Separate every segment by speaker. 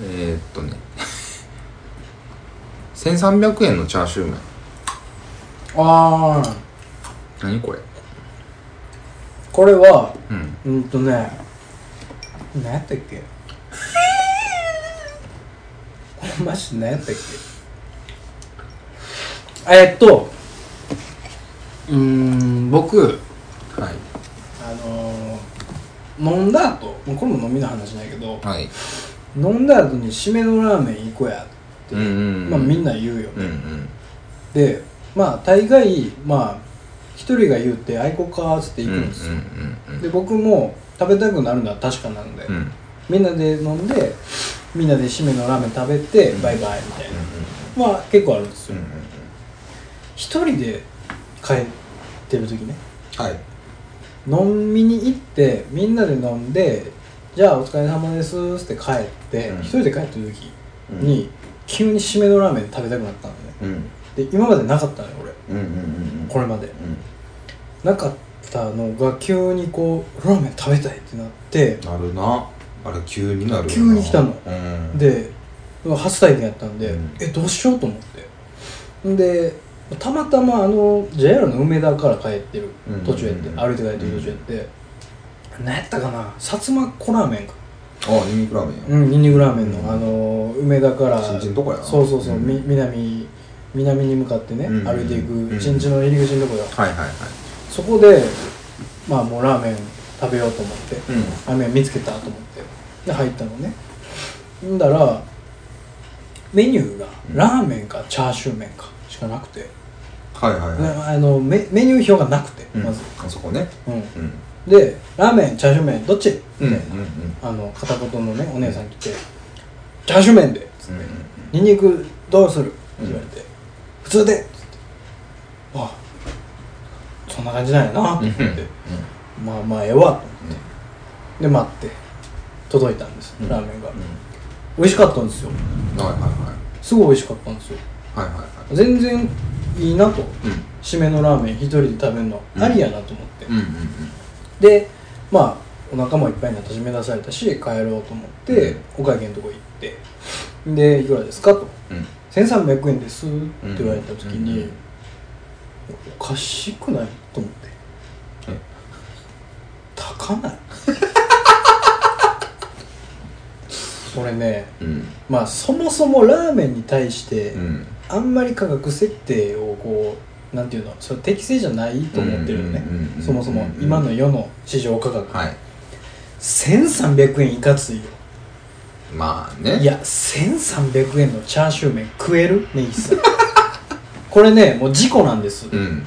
Speaker 1: えー、っとね 1300円のチャーシュー麺
Speaker 2: ああ
Speaker 1: 何これ
Speaker 2: これは
Speaker 1: うん
Speaker 2: うんとね何やったっけこれマジで何やったっけえーっとうーん僕
Speaker 1: はい
Speaker 2: あのー、飲んだ後もうこれも飲みの話ないけど
Speaker 1: はい
Speaker 2: 飲んだ後に締めのラーメン行こうやって、
Speaker 1: うんうんうん
Speaker 2: まあみんな言うよね、
Speaker 1: うんうん
Speaker 2: でまあ大概まあ一人が言うて「あいこか」っつって
Speaker 1: うん
Speaker 2: 行
Speaker 1: うんう
Speaker 2: く
Speaker 1: んん
Speaker 2: ですよ、で僕も食べたくなるのは確かなんで、
Speaker 1: うんうん
Speaker 2: みんなで飲んでみんなで締めのラーメン食べて、バイバイみたいな、まあ結構あるんです
Speaker 1: う
Speaker 2: よ
Speaker 1: んうん
Speaker 2: 一、人で帰ってる時ね
Speaker 1: はい
Speaker 2: 飲みに行ってみんなで飲んでじゃあお疲れ様ですっつって帰って、
Speaker 1: うん
Speaker 2: 一人で帰ってる時に、急に締めのラーメン食べたくなったんだよね
Speaker 1: うん
Speaker 2: で今までなかったのよ
Speaker 1: うん
Speaker 2: 俺
Speaker 1: うんうん
Speaker 2: これまで
Speaker 1: う
Speaker 2: なかったのが急にこうラーメン食べたいってなって
Speaker 1: んなるなあれ急になるよな
Speaker 2: 急に来たの
Speaker 1: うん
Speaker 2: で初体験やったんで、
Speaker 1: うん
Speaker 2: えどうしようと思ってんでたまたまあの JR の梅田から帰ってる
Speaker 1: うん
Speaker 2: 途中やって、
Speaker 1: うん
Speaker 2: 歩いて帰ってる途中やって、何やったかなさつまっこラーメンか
Speaker 1: あニンニクラーメンや
Speaker 2: うんニンニクラーメンの、
Speaker 1: うん
Speaker 2: あの梅田から
Speaker 1: 新人のとこやな
Speaker 2: そうそうそう、
Speaker 1: うん
Speaker 2: み南南に向かってね、
Speaker 1: うん
Speaker 2: 歩いていく
Speaker 1: うん
Speaker 2: 一日の入り口のとこよ、
Speaker 1: はいはいはい
Speaker 2: そこでまあもうラーメン食べようと思って、
Speaker 1: うん
Speaker 2: ラーメン見つけたと思ってで入ったのねんだらメニューが
Speaker 1: うん
Speaker 2: ラーメンかチャーシュー麺かしかなくて、
Speaker 1: はいはいはい
Speaker 2: なあのメメニュー表がなくて
Speaker 1: うん
Speaker 2: まず、
Speaker 1: あそこね
Speaker 2: うん
Speaker 1: うん
Speaker 2: でラーメンチャーシュー麺どっちって、
Speaker 1: うんうんうん
Speaker 2: あの片言のねお姉さん来て「チャーシュー麺で」つって
Speaker 1: うん
Speaker 2: 「ニンニクどうする?」って言われて「普通で」っつって「あそんな感じなんやな」
Speaker 1: う
Speaker 2: と思
Speaker 1: ん
Speaker 2: って、まあまあええわと思ってで待って届いたんです
Speaker 1: うん
Speaker 2: ラーメンが、
Speaker 1: うん
Speaker 2: 美味しかったんですよ
Speaker 1: はいはいはい
Speaker 2: すごい美味しかったんですよ
Speaker 1: はいはいはい
Speaker 2: 全然いいなと
Speaker 1: うん
Speaker 2: 締めのラーメン一人で食べるの
Speaker 1: うん
Speaker 2: ありやなと思って、
Speaker 1: うんうん
Speaker 2: でまあお腹もいっぱいになったし目出されたし帰ろうと思って、お会計のとこ行ってで「いくらですか?」と
Speaker 1: うん
Speaker 2: 「1300円です」って言われた時に、
Speaker 1: うん
Speaker 2: おかしくないと思って
Speaker 1: え
Speaker 2: 高ない 俺ね
Speaker 1: うん
Speaker 2: まあそもそもラーメンに対して、
Speaker 1: うん
Speaker 2: あんまり価格設定をこうなんていうのそれ適正じゃないと思ってるよね
Speaker 1: うんうんうんうん
Speaker 2: そもそも今の世の市場価格、
Speaker 1: はい
Speaker 2: 1300円いかついよ
Speaker 1: まあね
Speaker 2: いや1300円のチャーシュー麺食えるねぎさん これねもう事故なんです、
Speaker 1: うん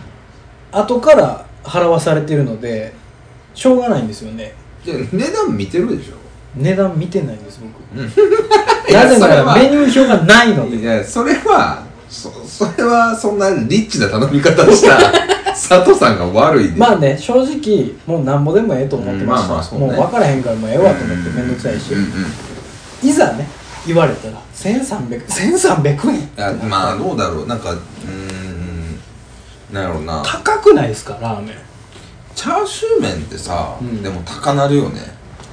Speaker 2: 後から払わされてるのでしょうがないんですよね
Speaker 1: で値段見てるでしょ
Speaker 2: 値段見てないんです僕
Speaker 1: うん
Speaker 2: なぜない
Speaker 1: やそれ
Speaker 2: ら
Speaker 1: は
Speaker 2: メニュー表がないの
Speaker 1: い
Speaker 2: で
Speaker 1: やそれはそそれはそんなリッチな頼み方 した佐藤さんが悪いで
Speaker 2: まあね正直もうなんぼでもええと思ってました、
Speaker 1: うんまあまあそうね
Speaker 2: もう分からへんからもうええわと思って面倒くさいし、
Speaker 1: うんうん
Speaker 2: いざね言われたら1300 1300円ってな
Speaker 1: あ
Speaker 2: ったら
Speaker 1: まあどうだろうなんかうーんなんやろうな
Speaker 2: 高くないですかラーメン
Speaker 1: チャーシュー麺ってさ、
Speaker 2: うん
Speaker 1: でも高なるよね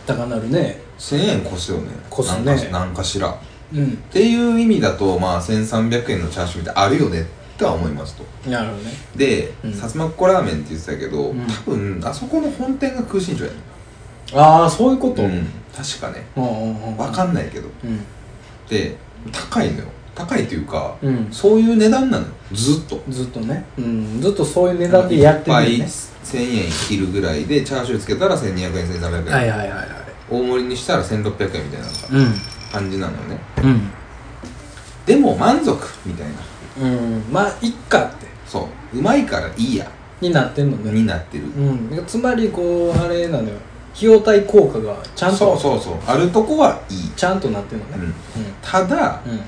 Speaker 2: 高なるね
Speaker 1: 1000円越すよね
Speaker 2: 越すね
Speaker 1: なんかしなんかしらっ
Speaker 2: うん
Speaker 1: ていう意味だとまあ1300円のチャーシュー麺ってあるよねとは思いますと
Speaker 2: なるほどね
Speaker 1: で、
Speaker 2: うん
Speaker 1: さつまっこラーメンって言ってたけど、
Speaker 2: うん
Speaker 1: 多分あそこの本店が空心町やね
Speaker 2: ああそういうこと、
Speaker 1: うん確かね
Speaker 2: うんうんうん
Speaker 1: 分かんないけど
Speaker 2: うん
Speaker 1: で高いのよ高いというか、
Speaker 2: うん
Speaker 1: そういう値段なのよずっと
Speaker 2: ずっとね、うん、ずっとそういう値段でやってるよ
Speaker 1: いっぱい
Speaker 2: ね
Speaker 1: 1000円切るぐらいでチャーシューつけたら1200円1300円、
Speaker 2: はいはいはいはい
Speaker 1: 大盛りにしたら1600円みたいな
Speaker 2: う
Speaker 1: 感じなのね
Speaker 2: ん
Speaker 1: でも満足みたいな
Speaker 2: うん、うん、まあいっかって
Speaker 1: そううまいからいいや
Speaker 2: になってんの
Speaker 1: に
Speaker 2: ね、
Speaker 1: なってる、
Speaker 2: うん、つまりこうあれなのよ費用対効果がちゃんと
Speaker 1: そうそうそうあるとこはいい、
Speaker 2: ちゃんとなってんの
Speaker 1: う
Speaker 2: ね
Speaker 1: ん、ただ
Speaker 2: うん、うん、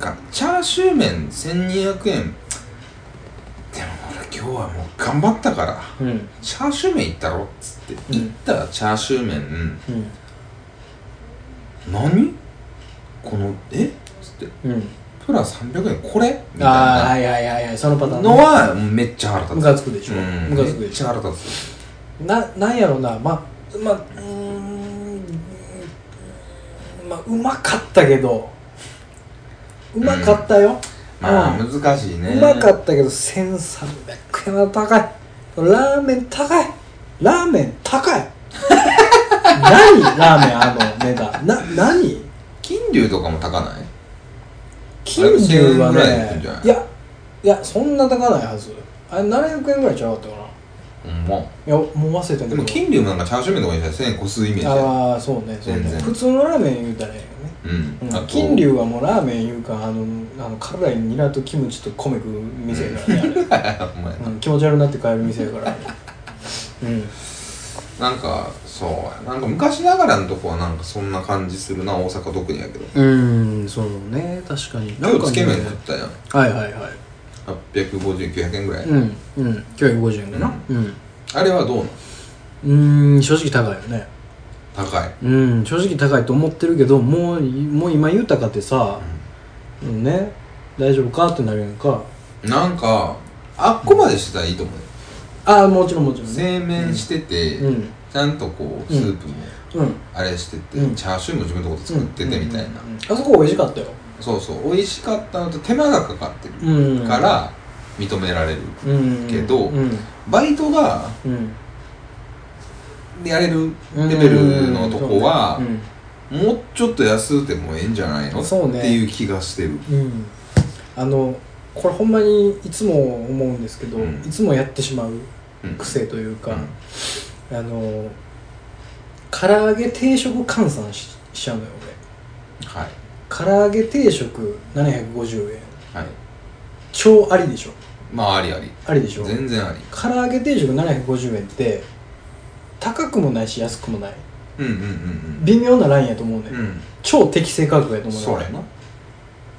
Speaker 1: がチャーシュー麺1200円でも俺今日はもう頑張ったから
Speaker 2: うん
Speaker 1: チャーシュー麺行ったろっつって
Speaker 2: ん
Speaker 1: 行ったらチャーシュー麺、
Speaker 2: うん
Speaker 1: 何このえっつって
Speaker 2: うん
Speaker 1: プラ300円これみ
Speaker 2: ああ
Speaker 1: た
Speaker 2: はいいはいはいはいそのパ
Speaker 1: な
Speaker 2: ターン
Speaker 1: の
Speaker 2: ね
Speaker 1: はめっちゃ腹立つ
Speaker 2: ムカつくでしょ
Speaker 1: うん
Speaker 2: ムカつく
Speaker 1: めっ
Speaker 2: でし
Speaker 1: ち
Speaker 2: ょ
Speaker 1: ゃ腹立つ
Speaker 2: ななんやろなまあまあうーんまあうまかったけどうまかったよ、
Speaker 1: まあ
Speaker 2: うん
Speaker 1: 難しいね
Speaker 2: うまかったけど1300円は高いラーメン高いラーメン高 い何ラーメンあの値段な何
Speaker 1: 金龍とかも高ない
Speaker 2: 金龍は
Speaker 1: あれ1000円ぐらいいくん
Speaker 2: ね
Speaker 1: じゃない
Speaker 2: いやいやそんな高ないはずあれ700円ぐらいちゃうかったかな
Speaker 1: ほんま
Speaker 2: いやもう忘れたけ
Speaker 1: で
Speaker 2: ど
Speaker 1: も金龍もなんかチャーシュー麺とかにしたら1000円超すイメージや
Speaker 2: ああそうねそうね
Speaker 1: 全然
Speaker 2: 普通のラーメン言うたらえ
Speaker 1: うん
Speaker 2: えよね、
Speaker 1: あ
Speaker 2: う
Speaker 1: と
Speaker 2: ん、金龍はもうラーメン言うかあのあの辛いニラとキムチと米食う店やからね、 あれ
Speaker 1: お前
Speaker 2: うん、気持ち悪くなって帰る店やからうん
Speaker 1: なんかそうやなんか昔ながらのとこはなんかそんな感じするな大阪特にやけど
Speaker 2: うんそうね確かに
Speaker 1: 今日つけ麺食ったやん
Speaker 2: はいはいはい
Speaker 1: 850,900円ぐらい、
Speaker 2: うんうん950円かなうん
Speaker 1: あれはどうなの
Speaker 2: うん正直高いよね
Speaker 1: 高い、
Speaker 2: うん正直高いと思ってるけどもうもう今豊かってさ、うん、ね大丈夫かってなるやんか
Speaker 1: なんかあっこまでしたらいいと思うよ、
Speaker 2: ああもちろんもちろんね
Speaker 1: 製麺してて、
Speaker 2: うん
Speaker 1: ちゃんとこうスープも
Speaker 2: うん
Speaker 1: あれしてて、
Speaker 2: うん
Speaker 1: チャーシューも自分のとこで作っててみたいな、
Speaker 2: うんうんあそこ美味しかったよ
Speaker 1: そうそう美味しかったのと手間がかかってる
Speaker 2: うん
Speaker 1: から認められる、
Speaker 2: うん
Speaker 1: けど
Speaker 2: うん
Speaker 1: バイトが
Speaker 2: うん
Speaker 1: やれるレベルのとこは、
Speaker 2: うん
Speaker 1: もうちょっと安うてもええんじゃないの、
Speaker 2: そうね
Speaker 1: っていう気がしてる
Speaker 2: うんあのこれほんまにいつも思うんですけど、
Speaker 1: うん
Speaker 2: いつもやってしまう
Speaker 1: うん
Speaker 2: 癖というか、あの唐揚げ定食換算ししちゃうのよ
Speaker 1: はい
Speaker 2: 俺唐揚げ定食750円
Speaker 1: はい
Speaker 2: 超ありでしょ
Speaker 1: まあありあり
Speaker 2: ありでしょ
Speaker 1: 全然あり
Speaker 2: 唐揚げ定食750円って高くもないし安くもない
Speaker 1: うんうんうん
Speaker 2: 微妙なラインやと思うね、
Speaker 1: うんうん
Speaker 2: 超適正価格やと思うね
Speaker 1: そうやな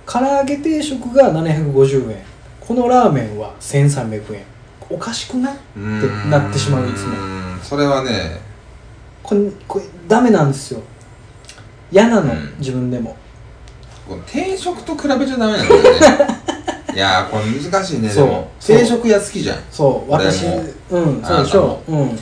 Speaker 2: 唐揚げ定食が750円このラーメンは1300円おかしくないってなってしまういつも
Speaker 1: もそれはね
Speaker 2: これこれダメなんですよ嫌なの、
Speaker 1: うん
Speaker 2: 自分でも
Speaker 1: この定食と比べちゃダメなんだ よねいやーこれ難しいねで
Speaker 2: そう
Speaker 1: も
Speaker 2: そう
Speaker 1: 定食屋好きじゃん
Speaker 2: そう
Speaker 1: 俺も
Speaker 2: 私うん
Speaker 1: あ
Speaker 2: そう
Speaker 1: なたも
Speaker 2: でしょ、うん、
Speaker 1: 定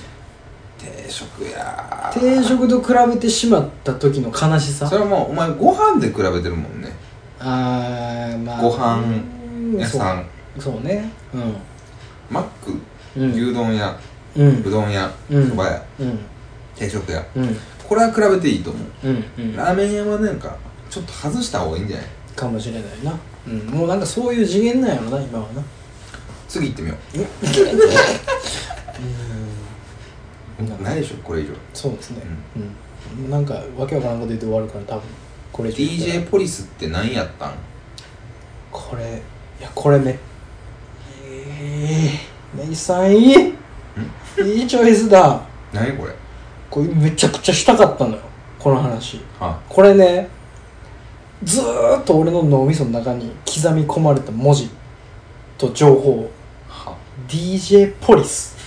Speaker 1: 食屋
Speaker 2: 定食と比べてしまった時の悲しさ
Speaker 1: それはもうお前ご飯で比べてるもんね
Speaker 2: あーまあ
Speaker 1: ご飯
Speaker 2: うん
Speaker 1: 屋さん
Speaker 2: そうそうねうん
Speaker 1: マック
Speaker 2: うん
Speaker 1: 牛丼屋
Speaker 2: う
Speaker 1: うんどん屋
Speaker 2: うん
Speaker 1: そば屋
Speaker 2: うん
Speaker 1: 定食屋
Speaker 2: うん
Speaker 1: これは比べていいと思う
Speaker 2: うんうん
Speaker 1: ラーメン屋はなんかちょっと外した方がいいんじゃない
Speaker 2: かもしれないな、うん、もうなんかそういう次元なんやろな今はな
Speaker 1: 次行ってみよう
Speaker 2: うん
Speaker 1: ないでしょこれ以上
Speaker 2: そうですね、うんなんかわけわからんこと言って終わるから多分これ以上言ったら
Speaker 1: DJ ポリスって何やったん
Speaker 2: これいやこれねええネイさんいいいいチョイスだ
Speaker 1: 何これ
Speaker 2: これめちゃくちゃしたかったのよこの話
Speaker 1: は
Speaker 2: これねずーっと俺の脳みその中に刻み込まれた文字と情報
Speaker 1: は
Speaker 2: DJ ポリス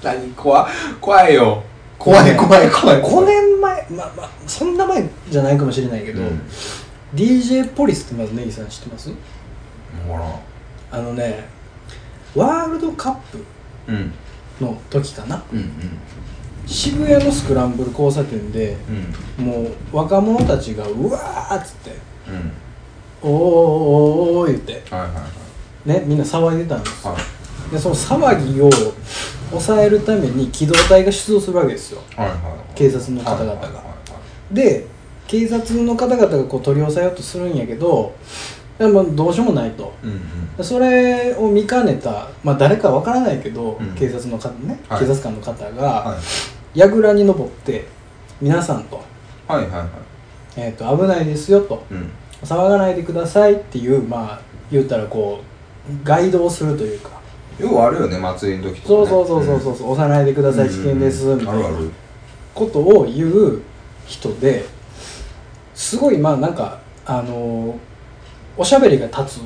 Speaker 1: 何怖怖いよ
Speaker 2: 怖い怖
Speaker 1: い怖
Speaker 2: 5年前まあまあそんな前じゃないかもしれないけ
Speaker 1: け
Speaker 2: ど、
Speaker 1: ど、うん、
Speaker 2: DJ ポリスってまずネギさん知ってます
Speaker 1: ほら
Speaker 2: あのねワールドカップ
Speaker 1: うん
Speaker 2: の時かな
Speaker 1: うん
Speaker 2: 渋谷のスクランブル交差点で
Speaker 1: うんうん
Speaker 2: もう若者たちがうわーっつって
Speaker 1: うん
Speaker 2: 「おーおーおーおー」言って
Speaker 1: はいはいはい
Speaker 2: ねみんな騒いでたんです
Speaker 1: は
Speaker 2: でその騒ぎを抑えるために機動隊が出動するわけですよ
Speaker 1: いはいはい
Speaker 2: 警察の方々
Speaker 1: はいはいはい
Speaker 2: がで警察の方々がこう取り押さえようとするんやけどでもどうしようもないと
Speaker 1: うんうん
Speaker 2: それを見かねた、まあ、誰かわからないけど、
Speaker 1: うん
Speaker 2: 警察の方ね、
Speaker 1: はい
Speaker 2: 警察官の方が
Speaker 1: はい
Speaker 2: 櫓、に登って皆さんと,、
Speaker 1: はいはいはい
Speaker 2: えー、と危ないですよと
Speaker 1: うん
Speaker 2: 騒がないでくださいっていうまあ言ったらこうガイドをするというか
Speaker 1: 要はあるよね祭りの時と
Speaker 2: そう
Speaker 1: かね
Speaker 2: そうそうそうそう、押さないでください危険です
Speaker 1: うん
Speaker 2: みたい
Speaker 1: あ
Speaker 2: な
Speaker 1: るある
Speaker 2: ことを言う人ですごいまあなんかあのーおしゃべりが立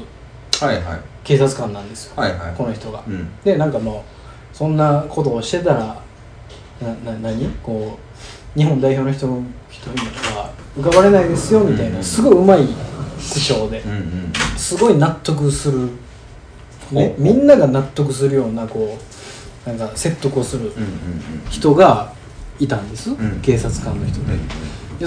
Speaker 2: つ
Speaker 1: はいはい
Speaker 2: 警察官なんですよ、
Speaker 1: はいはい
Speaker 2: この人が。
Speaker 1: うん
Speaker 2: でなんかもうそんなことをしてたらなな何こう日本代表の人の人には浮かばれないですよみたい
Speaker 1: うん
Speaker 2: なすごいうまい口調で
Speaker 1: うんうん
Speaker 2: すごい納得する、ね、
Speaker 1: ほう
Speaker 2: みんなが納得するようなこうなんか説得をする
Speaker 1: うんうんうん
Speaker 2: 人がいたんです、
Speaker 1: ん
Speaker 2: 警察官の人で。で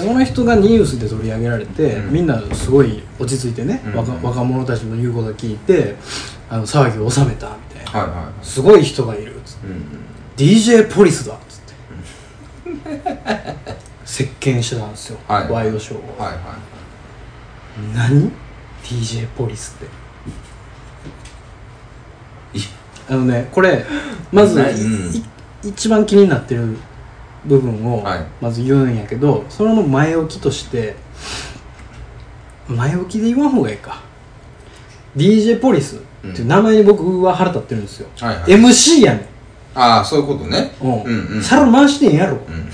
Speaker 2: でその人がニュースで取り上げられて、
Speaker 1: うん
Speaker 2: みんなすごい落ち着いてね、
Speaker 1: うん
Speaker 2: 若若者たちの言うことを聞いてあの騒ぎを収めたみたいな
Speaker 1: はいは
Speaker 2: すごい人がいるっつって
Speaker 1: いうん、
Speaker 2: DJ ポリスだっつって席巻してたんですよ、
Speaker 1: はい
Speaker 2: ワイドショーを、
Speaker 1: はいはい
Speaker 2: 何 DJ ポリスって
Speaker 1: い
Speaker 2: あのねこれまず、
Speaker 1: ないうん
Speaker 2: い一番気になってる部分を
Speaker 1: はい
Speaker 2: まず言うんやけど、それの前置きとして前置きで言わん方がいいか DJ ポリスっていう名前に僕は腹立ってるんですよ、
Speaker 1: はいはい
Speaker 2: MC やねん
Speaker 1: ああそういうことね
Speaker 2: うん
Speaker 1: うんうん
Speaker 2: 皿回してんやろ、
Speaker 1: ん
Speaker 2: ディ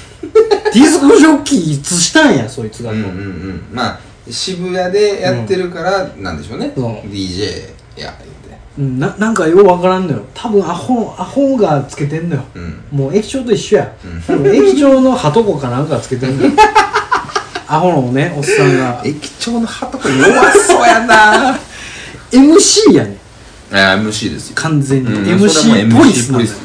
Speaker 2: スクジョッキーいつしたんやそいつが
Speaker 1: う
Speaker 2: と、
Speaker 1: んうんうんまあ渋谷でやってるからなんでしょうね、
Speaker 2: うん
Speaker 1: DJ や言うて
Speaker 2: うんななんかようわからんのよ多分アホアホがつけてんのよ
Speaker 1: うん
Speaker 2: もう液晶と一緒や、
Speaker 1: うん
Speaker 2: 多分液晶のハトコかなんかつけ てんのよアホのねおっさんが
Speaker 1: 駅長の歯とか弱そうや な
Speaker 2: MC やねん
Speaker 1: あ MC ですよ
Speaker 2: 完全に、
Speaker 1: うんそれは
Speaker 2: MC
Speaker 1: もう
Speaker 2: ポリス
Speaker 1: MC ポ
Speaker 2: なの
Speaker 1: リ
Speaker 2: よ
Speaker 1: スですよ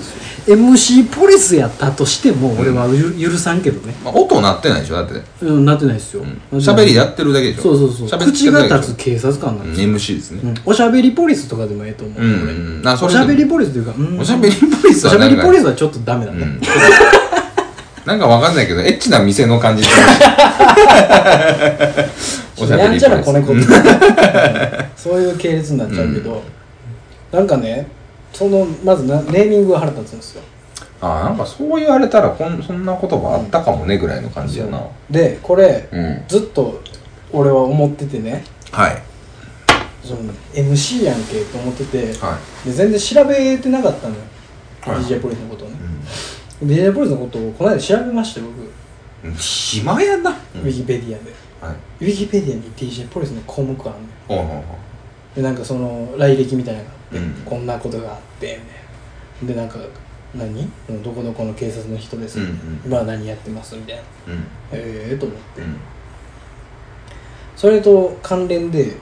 Speaker 2: MC ポリスやったとしても俺はゆ許さんけどね、
Speaker 1: まあ、音鳴ってないでしょだって
Speaker 2: うん、なってないですよ
Speaker 1: 喋、りやってるだけでしょ
Speaker 2: そうそうそう
Speaker 1: 喋って
Speaker 2: 口
Speaker 1: るだ
Speaker 2: が
Speaker 1: けでし
Speaker 2: 立
Speaker 1: ょ
Speaker 2: つ警察官なん
Speaker 1: うん
Speaker 2: です
Speaker 1: MC
Speaker 2: よ、
Speaker 1: です
Speaker 2: う
Speaker 1: ね
Speaker 2: んおしゃべりポリスとかでもええと思う、
Speaker 1: うん
Speaker 2: 俺
Speaker 1: うんあそ
Speaker 2: お
Speaker 1: れ
Speaker 2: し
Speaker 1: で
Speaker 2: ゃ
Speaker 1: も
Speaker 2: べりポリスというか、うん
Speaker 1: おしゃべりポリス
Speaker 2: お
Speaker 1: は
Speaker 2: しゃべりポリス
Speaker 1: ス
Speaker 2: はちょっとダメだ
Speaker 1: う
Speaker 2: ね
Speaker 1: ん、なんかわかんないけどエッチな店の感じしてるおしゃべりポ
Speaker 2: やん
Speaker 1: リ
Speaker 2: ち
Speaker 1: ス
Speaker 2: ゃな子猫
Speaker 1: う
Speaker 2: っ
Speaker 1: ん
Speaker 2: て そういう系列になっちゃうけど、なんかねそのまずなネーミングが腹立つんですよ
Speaker 1: あなんかそう言われたらこんそんな言葉あったかもねぐらいの感じやな
Speaker 2: でこれ、
Speaker 1: うん
Speaker 2: ずっと俺は思っててね
Speaker 1: はい
Speaker 2: その MC やんけと思ってて、
Speaker 1: は
Speaker 2: で全然調べてなかったのよ、
Speaker 1: はい
Speaker 2: DJ ポリスのことをね
Speaker 1: い、う、ん
Speaker 2: DJ ポリスのことをこの間調べましたよ僕、
Speaker 1: 暇やな、うん
Speaker 2: ウィキペディアで
Speaker 1: はい
Speaker 2: ウィキペディアに DJ ポリスの項目がある
Speaker 1: おうおう
Speaker 2: のよ
Speaker 1: おう
Speaker 2: でなんかその来歴みたいなのがあって、
Speaker 1: うん
Speaker 2: こんなことがあってみたいなでなんか何どこどこの警察の人です、
Speaker 1: うんうん
Speaker 2: 今は何やってますみたいな
Speaker 1: うん
Speaker 2: ええと思って、
Speaker 1: うん
Speaker 2: それと関連で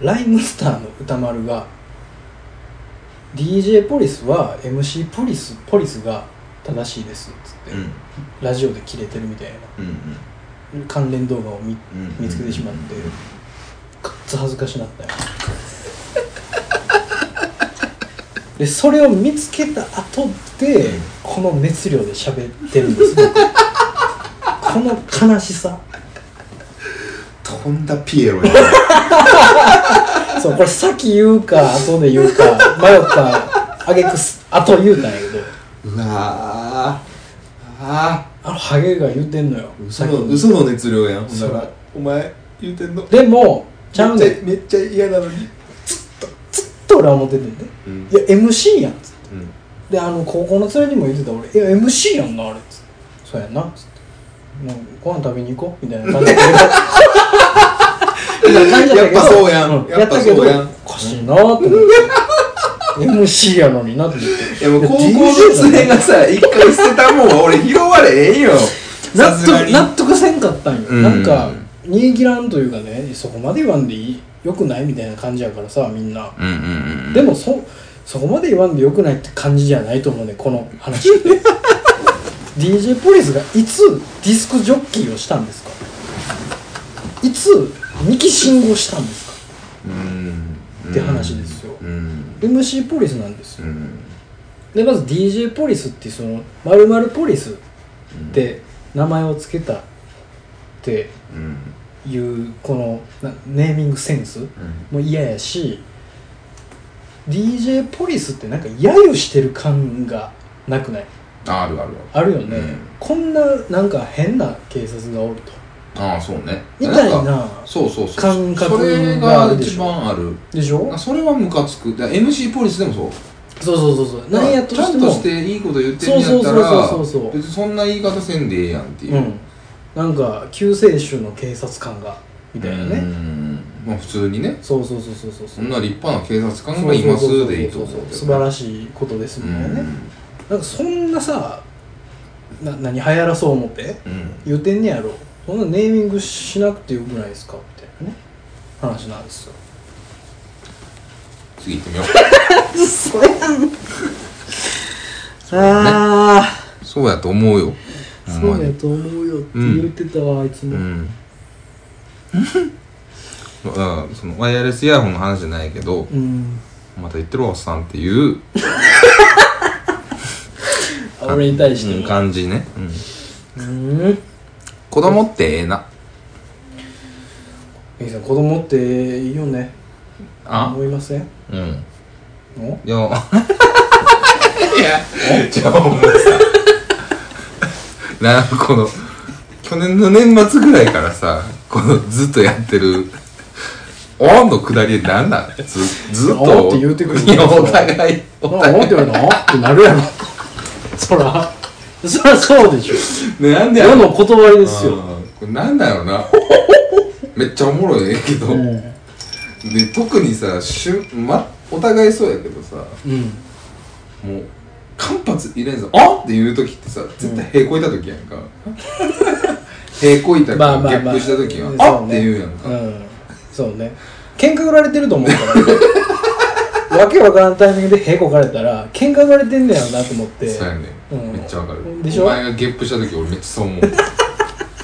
Speaker 2: ライムスターの歌丸が DJ ポリスは MC ポリスポリスが正しいですっつっ
Speaker 1: う
Speaker 2: て、
Speaker 1: ん
Speaker 2: ラジオで切れてるみたいな
Speaker 1: うん
Speaker 2: 関連動画を見
Speaker 1: うんうん
Speaker 2: 見つけてしまってくっつ恥ずかしなったよでそれを見つけた後で
Speaker 1: うん
Speaker 2: この熱量で喋ってるんです僕この悲しさ
Speaker 1: 飛んだピエロや
Speaker 2: そうこれ先言うか後で言うか迷ったあげくす後言うたんやけど
Speaker 1: うわーあ
Speaker 2: あのハゲが言うてんのよ
Speaker 1: ー
Speaker 2: 先に
Speaker 1: の熱量やん
Speaker 2: ほんなら
Speaker 1: お前言うてんの
Speaker 2: でもちゃうねん
Speaker 1: めっちゃ嫌なのに
Speaker 2: ずっと俺は思っててんで
Speaker 1: うん
Speaker 2: いや MC やんつって
Speaker 1: うん
Speaker 2: であの高校の連れにも言ってた俺「いや MC やんなあれ」つって「そうやんな」つって「もうご飯食べに行こう」みたいな 感じで
Speaker 1: やっぱそうやん
Speaker 2: や
Speaker 1: や
Speaker 2: っ
Speaker 1: ったぱ
Speaker 2: け
Speaker 1: そ
Speaker 2: ど
Speaker 1: うやん
Speaker 2: おかしいなと思って MC やのになと思って
Speaker 1: いやもう高校の連れがさ一回捨てたもんは俺拾われへんよ
Speaker 2: 納
Speaker 1: さすが
Speaker 2: 得
Speaker 1: に
Speaker 2: 納得せんかったんよ、
Speaker 1: うん
Speaker 2: なんか煮え切らんというかねそこまで言わんでいいよくないみたいな感じやからさみんな、
Speaker 1: うんうん
Speaker 2: でもそそこまで言わんでよくないって感じじゃないと思うねこの話って DJ ポリスがいつディスクジョッキーをしたんですかいつ二期信号したんですか
Speaker 1: うんうん
Speaker 2: って話ですよ
Speaker 1: うん
Speaker 2: MC ポリスなんですよ
Speaker 1: うん
Speaker 2: でまず DJ ポリスってその「まるポリス」って名前を付けたって
Speaker 1: うん
Speaker 2: いうこのなネーミングセンス
Speaker 1: うん
Speaker 2: も嫌やし DJ ポリスってなんか揶揄してる感がなくない
Speaker 1: あるある
Speaker 2: あるよね、
Speaker 1: うん
Speaker 2: こんななんか変な警察がおると
Speaker 1: あるああそうね
Speaker 2: みたいなん
Speaker 1: かそうそうそう
Speaker 2: 感覚
Speaker 1: それ
Speaker 2: があ
Speaker 1: が
Speaker 2: るでし
Speaker 1: 一
Speaker 2: ょ
Speaker 1: 番ある
Speaker 2: でしょ
Speaker 1: あそれはムカつくだから MC ポリスでもそう
Speaker 2: そうそうそうそうなんやとし
Speaker 1: ちゃ
Speaker 2: ても
Speaker 1: んとしていいこと言ってるんやったら
Speaker 2: そうそうそうそうそう
Speaker 1: 別にそんな言い方せんでええやんっていううん
Speaker 2: なんか救世主の警察官がみたいなね、
Speaker 1: うんまあ普通にね
Speaker 2: そうそうそうそうそう
Speaker 1: そ
Speaker 2: そうん
Speaker 1: な立派な警察官がいますでいいと思う
Speaker 2: そうそうそうそう
Speaker 1: け
Speaker 2: 素
Speaker 1: ど
Speaker 2: 晴
Speaker 1: ね
Speaker 2: らしいことです
Speaker 1: う
Speaker 2: み
Speaker 1: ん
Speaker 2: たいなね、なんかそんなさな何流行らそう思って
Speaker 1: うん
Speaker 2: 言うてんねやろそんなネーミングしなくてよくないですかみたいなね話なんですよ
Speaker 1: 次行ってみよ
Speaker 2: 嘘やんああ
Speaker 1: うそうやと思うよほん
Speaker 2: そ
Speaker 1: ま
Speaker 2: うや
Speaker 1: に
Speaker 2: と思うよって言ってたわ、あいつ
Speaker 1: う
Speaker 2: も、
Speaker 1: んあそのワイヤレスイヤホンの話じゃないけど
Speaker 2: うん、
Speaker 1: また言ってるわおっさんっていう
Speaker 2: 俺に対し
Speaker 1: う
Speaker 2: て
Speaker 1: ん感じね、うん、
Speaker 2: うん、うん、
Speaker 1: 子供ってええな
Speaker 2: ゆきさん子供っていいよね
Speaker 1: あ
Speaker 2: 思いません
Speaker 1: うん
Speaker 2: お
Speaker 1: いや、いや、じゃあお前さ、なんかこの、去年の年末ぐらいからさ、このずっとやってる、おんの下りなんなんずずっと。
Speaker 2: いやおんって言うてくる
Speaker 1: いや、お互い、お
Speaker 2: な
Speaker 1: 互
Speaker 2: 思
Speaker 1: い。
Speaker 2: ってはなってな るやろそらそらそうでしょ
Speaker 1: ねなんでや
Speaker 2: 世
Speaker 1: ろ
Speaker 2: の断りですよ、
Speaker 1: うんこれなんだろうな。めっちゃおもろいねんけど、
Speaker 2: うん
Speaker 1: で特にさしゅ、ま、お互いそうやけどさ、
Speaker 2: うん、
Speaker 1: もう間髪入れんぞ「あっ!」って言う時ってさ絶対平行いた時やんか、 平行いた時
Speaker 2: まあまあ
Speaker 1: ゲッ
Speaker 2: まあ
Speaker 1: プした時は
Speaker 2: う
Speaker 1: 「
Speaker 2: ん
Speaker 1: あっ!」
Speaker 2: そう
Speaker 1: っ
Speaker 2: ね
Speaker 1: て言うやんか、
Speaker 2: うんそうね喧嘩売られてると思う から、わけわからんタイミングでへこかれたら喧嘩売られてんねやろなと思って
Speaker 1: そうやね、
Speaker 2: うん
Speaker 1: めっちゃわかる
Speaker 2: でしょ
Speaker 1: お前がゲップした時俺めっちゃそう 思う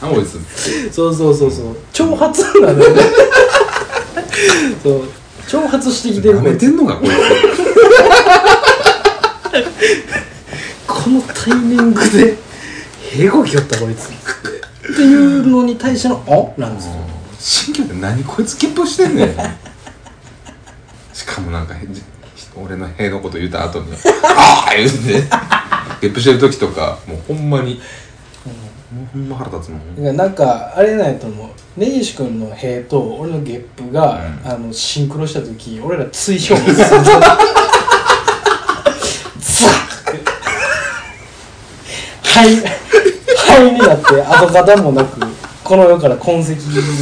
Speaker 1: あこいつって
Speaker 2: そうそうそうそう挑発なんだよねそう挑発してきてる
Speaker 1: 舐めてんのかこいつ
Speaker 2: このタイミングでへこきよったこいつっていうのに対しての「お」なんですよ
Speaker 1: 新居で何こいつゲップしてんねんしかもなんかへじ俺の塀のこと言った後に 「ああ!」言うてゲップしてる時とかもうほんまに、もうほんま腹立つもん
Speaker 2: だからなんかあれなんやと思う根岸君の塀と俺のゲップが、
Speaker 1: うん
Speaker 2: あのシンクロした時俺ら追表現するザッはいはいになって跡形もなくこの世から痕跡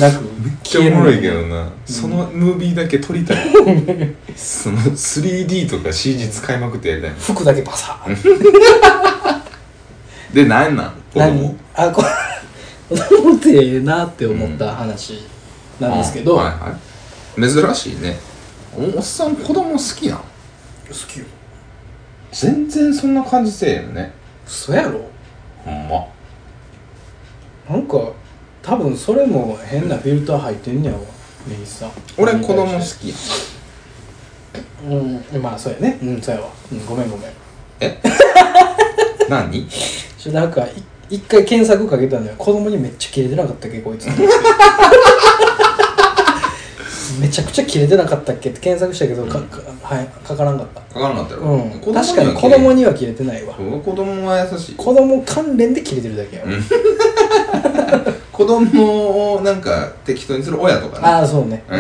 Speaker 2: なく
Speaker 1: めっちゃおもろいけどな、そのムービーだけ撮りた いその 3D とか CG 使いまくってやりたい
Speaker 2: 服だけパサー
Speaker 1: でなんなん子供
Speaker 2: 何あこれ子供ってええなって思った話なんですけど、
Speaker 1: あはいはい、珍しいねおおっさん子供好きやん
Speaker 2: 好きよ
Speaker 1: 全然そんな感じせえよね
Speaker 2: 嘘やろ
Speaker 1: ほんま
Speaker 2: なんか多分それも変なフィルター入ってんねやわ根岸さん
Speaker 1: 俺子供好きやん
Speaker 2: うんまあそうやねうんそうやわ、うん、ごめんごめん
Speaker 1: え何
Speaker 2: ちょなんかい一回検索かけたんだよ子供にめっちゃキレてなかったっけこ いつめちゃくちゃキレてなかったっけって検索したけどかか,、はい、かからんかった
Speaker 1: 書かなかったろ、
Speaker 2: うん
Speaker 1: 子供は
Speaker 2: 確かに子供
Speaker 1: 綺
Speaker 2: にはキレてないわ
Speaker 1: 麗そう子供は優しい
Speaker 2: 子供関連でキレてるだけよ、
Speaker 1: うん子供をなんか適当にする親とかね
Speaker 2: ああそうね
Speaker 1: う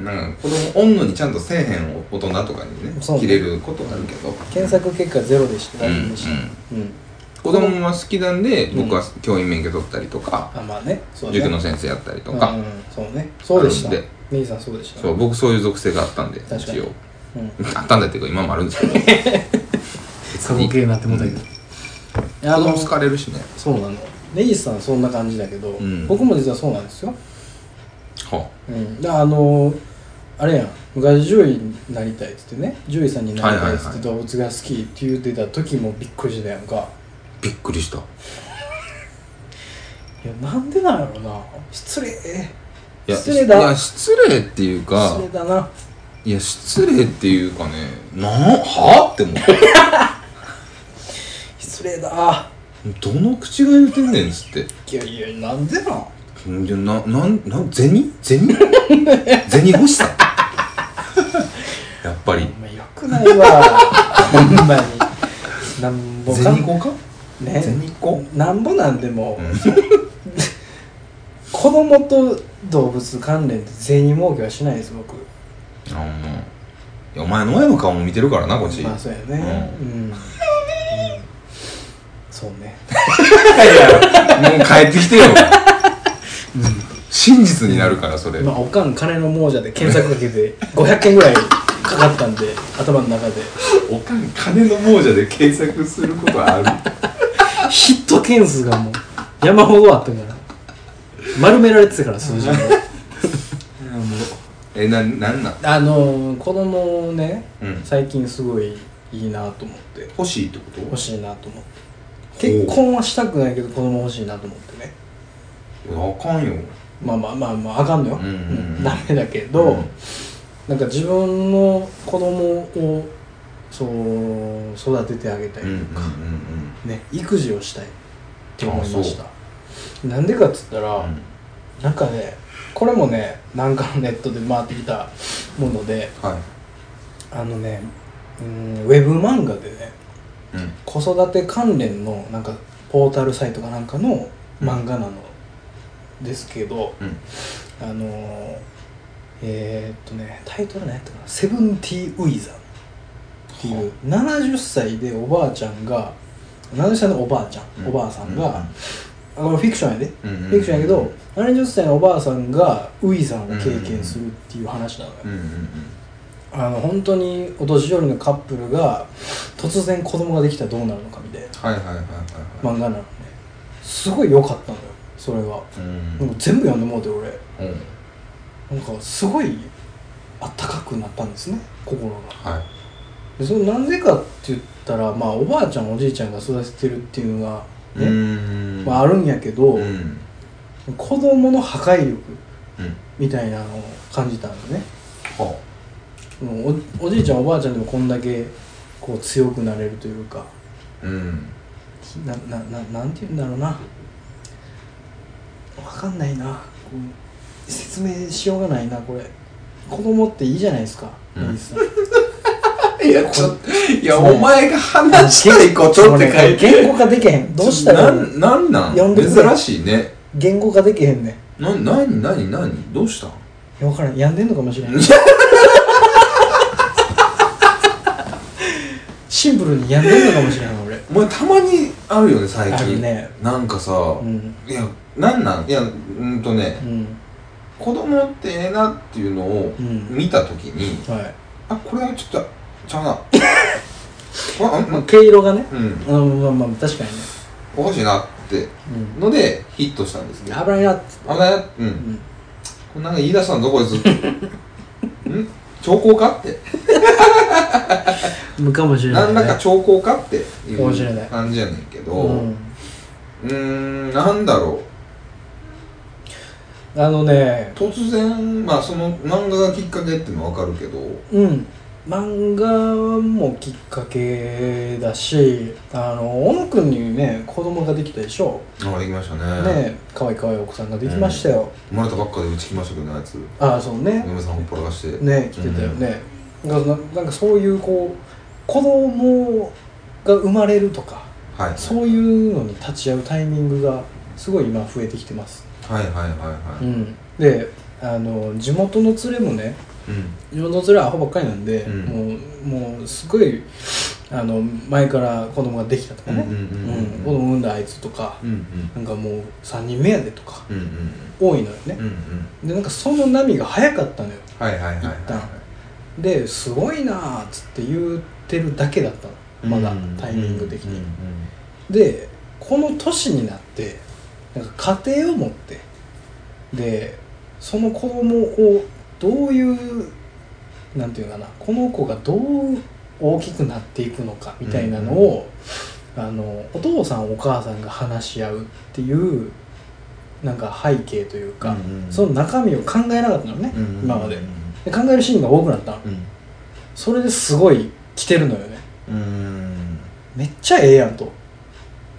Speaker 1: ん、なんか子供おんのにちゃんとせえへん大人とかにね
Speaker 2: そうね
Speaker 1: 切れることがあるけど
Speaker 2: 検索結果ゼロでした大丈夫でした
Speaker 1: うん
Speaker 2: うん
Speaker 1: 子供は好きなんで
Speaker 2: うん
Speaker 1: 僕は教員免許取ったりとか、
Speaker 2: あまあねそうね
Speaker 1: 塾の先生やったりとか、
Speaker 2: うんそうねそうでした
Speaker 1: あるんで
Speaker 2: 姉さんそうでした
Speaker 1: そう僕そういう属性があったんで
Speaker 2: 確かに
Speaker 1: 一応
Speaker 2: うん
Speaker 1: あったんだっていうか今もあるんですけ ど
Speaker 2: 過去形になってもうたけど
Speaker 1: うん
Speaker 2: あ
Speaker 1: 子
Speaker 2: の
Speaker 1: 供好かれるしね
Speaker 2: そうなの根岸さんそんな感じだけど、
Speaker 1: うん
Speaker 2: 僕も実はそうなんですよ、
Speaker 1: は
Speaker 2: うん、だあのあれやん昔獣医になりたいっつってね獣医さんになりたいっつって動物が好きって言ってた時もびっくりしてたやんか
Speaker 1: あびっくりしたい
Speaker 2: いやなんでなんやろな失礼
Speaker 1: や
Speaker 2: 失礼だ
Speaker 1: いや失礼っていうか
Speaker 2: 失礼だない
Speaker 1: や失礼っていうかねなはって思った
Speaker 2: 失礼だ
Speaker 1: どの口が言うてんねんっつって
Speaker 2: いやいやなんでなん
Speaker 1: でな、なん、なん、銭銭 銭欲しさ やっぱり
Speaker 2: お。前よくないわほん まになんぼか
Speaker 1: 銭子か
Speaker 2: ね
Speaker 1: 銭子
Speaker 2: なんぼなんでも、
Speaker 1: う
Speaker 2: 子供と動物関連で銭儲けはしないです僕
Speaker 1: あの、もういやお前の親の顔も見てるからな、こっち。
Speaker 2: まあそうやねう、
Speaker 1: うん
Speaker 2: うんそうね
Speaker 1: もう帰ってきてよ。真実になるから、それ。
Speaker 2: まあおかん金の亡者で検索かけて500件ぐらいかかったんで頭の中で
Speaker 1: おかん、金の亡者で検索することある。
Speaker 2: ヒット件数がもう山ほどあったから丸められてたから 数字も
Speaker 1: え、な、なんなん
Speaker 2: あのー、子供をね
Speaker 1: うん。
Speaker 2: 最近すごいいいなと思って
Speaker 1: 欲しいってこと
Speaker 2: 欲しいなと思って結婚はしたくないけど子供欲しいなと思ってね
Speaker 1: あかんよ
Speaker 2: まあまあまあまああかんのよ、
Speaker 1: うんうんうん
Speaker 2: ダメだけど、
Speaker 1: うん
Speaker 2: なんか自分の子供をそう育ててあげたいと
Speaker 1: うんうんう
Speaker 2: い
Speaker 1: ん
Speaker 2: うか、ね育児をしたいって思いました
Speaker 1: あ
Speaker 2: なんでかっつったら、
Speaker 1: うんうん
Speaker 2: なんかねこれもねなんかのネットで回ってきたもので
Speaker 1: は
Speaker 2: あのねうんウェブ漫画でね
Speaker 1: いうん
Speaker 2: 子育て関連のなんかポータルサイトかなんかの漫画なのですけど、
Speaker 1: うん
Speaker 2: あのーえー、っとねタイトル何やったかな「セブンティー・ウイザン」っていう70歳でおばあちゃんが70歳のおばあちゃん、
Speaker 1: う
Speaker 2: おばあさんが、あこれフィクションやで、フ
Speaker 1: うんうんうん
Speaker 2: ィクションやけど70歳のおばあさんがウイザンを経験するっていう話なのよ、
Speaker 1: うんうんうん
Speaker 2: あの本当にお年寄りのカップルが突然子供ができたらどうなるのかみたい
Speaker 1: は
Speaker 2: な
Speaker 1: いはいはいはいはい
Speaker 2: 漫画なのねすごい良かったのよそれが
Speaker 1: うん
Speaker 2: なんか全部読んでもうて俺
Speaker 1: うん
Speaker 2: なんかすごいあったかくなったんですね心が
Speaker 1: はい
Speaker 2: でそれなんでかって言ったらまあおばあちゃんおじいちゃんが育ててるっていうのが、
Speaker 1: う
Speaker 2: ね
Speaker 1: ん
Speaker 2: まあ、あるんやけど、
Speaker 1: うん
Speaker 2: 子供の破壊
Speaker 1: う
Speaker 2: 力
Speaker 1: ん
Speaker 2: みたいなのを感じたんだね
Speaker 1: は
Speaker 2: もうおおじいちゃんおばあちゃんでもこんだけこう強くなれるというか
Speaker 1: あうん
Speaker 2: ななななんて言うんだろうなわかんないなこう説明しようがないなこれ子供っていいじゃないですか、
Speaker 1: うん
Speaker 2: 森さ
Speaker 1: いやちょっといや
Speaker 2: そう
Speaker 1: お前が話したいことって書いて
Speaker 2: 言語化できへんどうしたら
Speaker 1: な
Speaker 2: いいの
Speaker 1: んなんなん
Speaker 2: 呼んでくれ
Speaker 1: 珍しいね
Speaker 2: 言語化できへんねんい
Speaker 1: ななになになにどうしたん
Speaker 2: やわからん病んでんのかもしれんシンプルに病んでんのかもしれん俺
Speaker 1: お前たまにあるよね最
Speaker 2: ある
Speaker 1: 近
Speaker 2: ね
Speaker 1: なんかさ
Speaker 2: うん
Speaker 1: いやなんなんいやうんとね
Speaker 2: うん
Speaker 1: 子供ってええなっていうのを
Speaker 2: うん
Speaker 1: 見たときに
Speaker 2: はい、
Speaker 1: あこれはちょっとち ゃうなああん
Speaker 2: まあ、
Speaker 1: ま
Speaker 2: 毛色がね
Speaker 1: うん
Speaker 2: うんまあまあ確かにね
Speaker 1: おかしいなって
Speaker 2: うん
Speaker 1: のでヒットしたんですね
Speaker 2: 危ないなっつって
Speaker 1: あなうん
Speaker 2: うん
Speaker 1: こんなんか言い出したのど こですん兆候かって
Speaker 2: かもしれない、
Speaker 1: 何
Speaker 2: ね、
Speaker 1: らか兆候かってい
Speaker 2: かもしれな
Speaker 1: う
Speaker 2: い
Speaker 1: 感じやねんけど
Speaker 2: うん
Speaker 1: うーんなんだろ
Speaker 2: あのね
Speaker 1: う突然まあその漫画がきっかけっていうのはわかるけど
Speaker 2: うん漫画もきっかけだしあの小野くんにね子供ができたでしょ、
Speaker 1: あできました
Speaker 2: ね
Speaker 1: ね
Speaker 2: え可愛い可愛いお子さんができましたよ、
Speaker 1: 生まれたばっかでうち来ましたけどねあいつ
Speaker 2: ああそうね
Speaker 1: 嫁さんほっぽらかして
Speaker 2: ねえ来てたよね、なんかなんかそういうこう子供が生まれるとか
Speaker 1: はい
Speaker 2: そういうのに立ち会うタイミングがすごい今増えてきてます、
Speaker 1: はいはいはいは
Speaker 2: う
Speaker 1: い
Speaker 2: ん、であの地元の連れもね
Speaker 1: うん
Speaker 2: 自分の連れはアホばっかりなんで、
Speaker 1: うん
Speaker 2: もうもうすごいあの前から子供ができたとかね、
Speaker 1: うんうんうんうん
Speaker 2: 子供産んだあいつとか、
Speaker 1: うんうん
Speaker 2: なんかもう3人目やでとか
Speaker 1: うん
Speaker 2: 多いのよね
Speaker 1: うんう、んうん
Speaker 2: でなんかその波が早かったのよ
Speaker 1: はいはいはいはい
Speaker 2: 一旦ですごいなーっつって言ってるだけだったのまだタイミング的に、
Speaker 1: うん
Speaker 2: でこの年になってなんか家庭を持ってでその子供をどういうなんていうかなこの子がどう大きくなっていくのかみたいなのを、あのお父さんお母さんが話し合うっていうなんか背景というか、
Speaker 1: うんうん
Speaker 2: その中身を考えなかったのね、
Speaker 1: うんうんうん
Speaker 2: 今まで
Speaker 1: うん
Speaker 2: で考えるシーンが多くなったの
Speaker 1: うん
Speaker 2: それですごい来てるのよね
Speaker 1: うん
Speaker 2: めっちゃええやんと